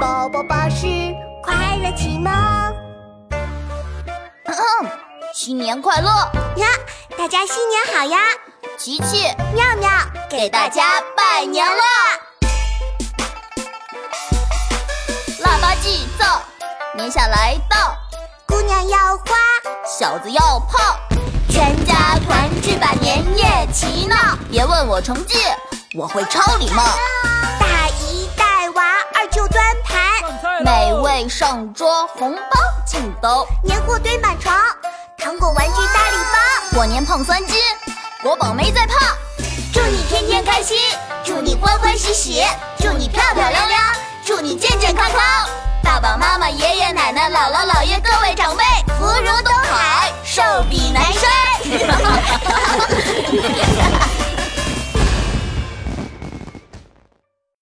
宝宝巴士快乐启蒙。新年快乐，呀，大家新年好呀！琪琪妙妙给大家拜年啦！！腊八祭灶，年下来到，姑娘要花，小子要泡，全家团聚把年夜齐闹。别问我成绩，我会超礼貌，大姨带娃，二舅端盘，美味上桌，红包进兜，年货堆满床，糖果玩具大礼包。过年胖三斤，国宝没在怕。祝你天天开心，祝你欢欢喜喜，祝你漂漂亮亮，祝你健健康康。爸爸妈妈、爷爷奶奶、姥姥姥爷，各位长辈，福如东海，寿比南山。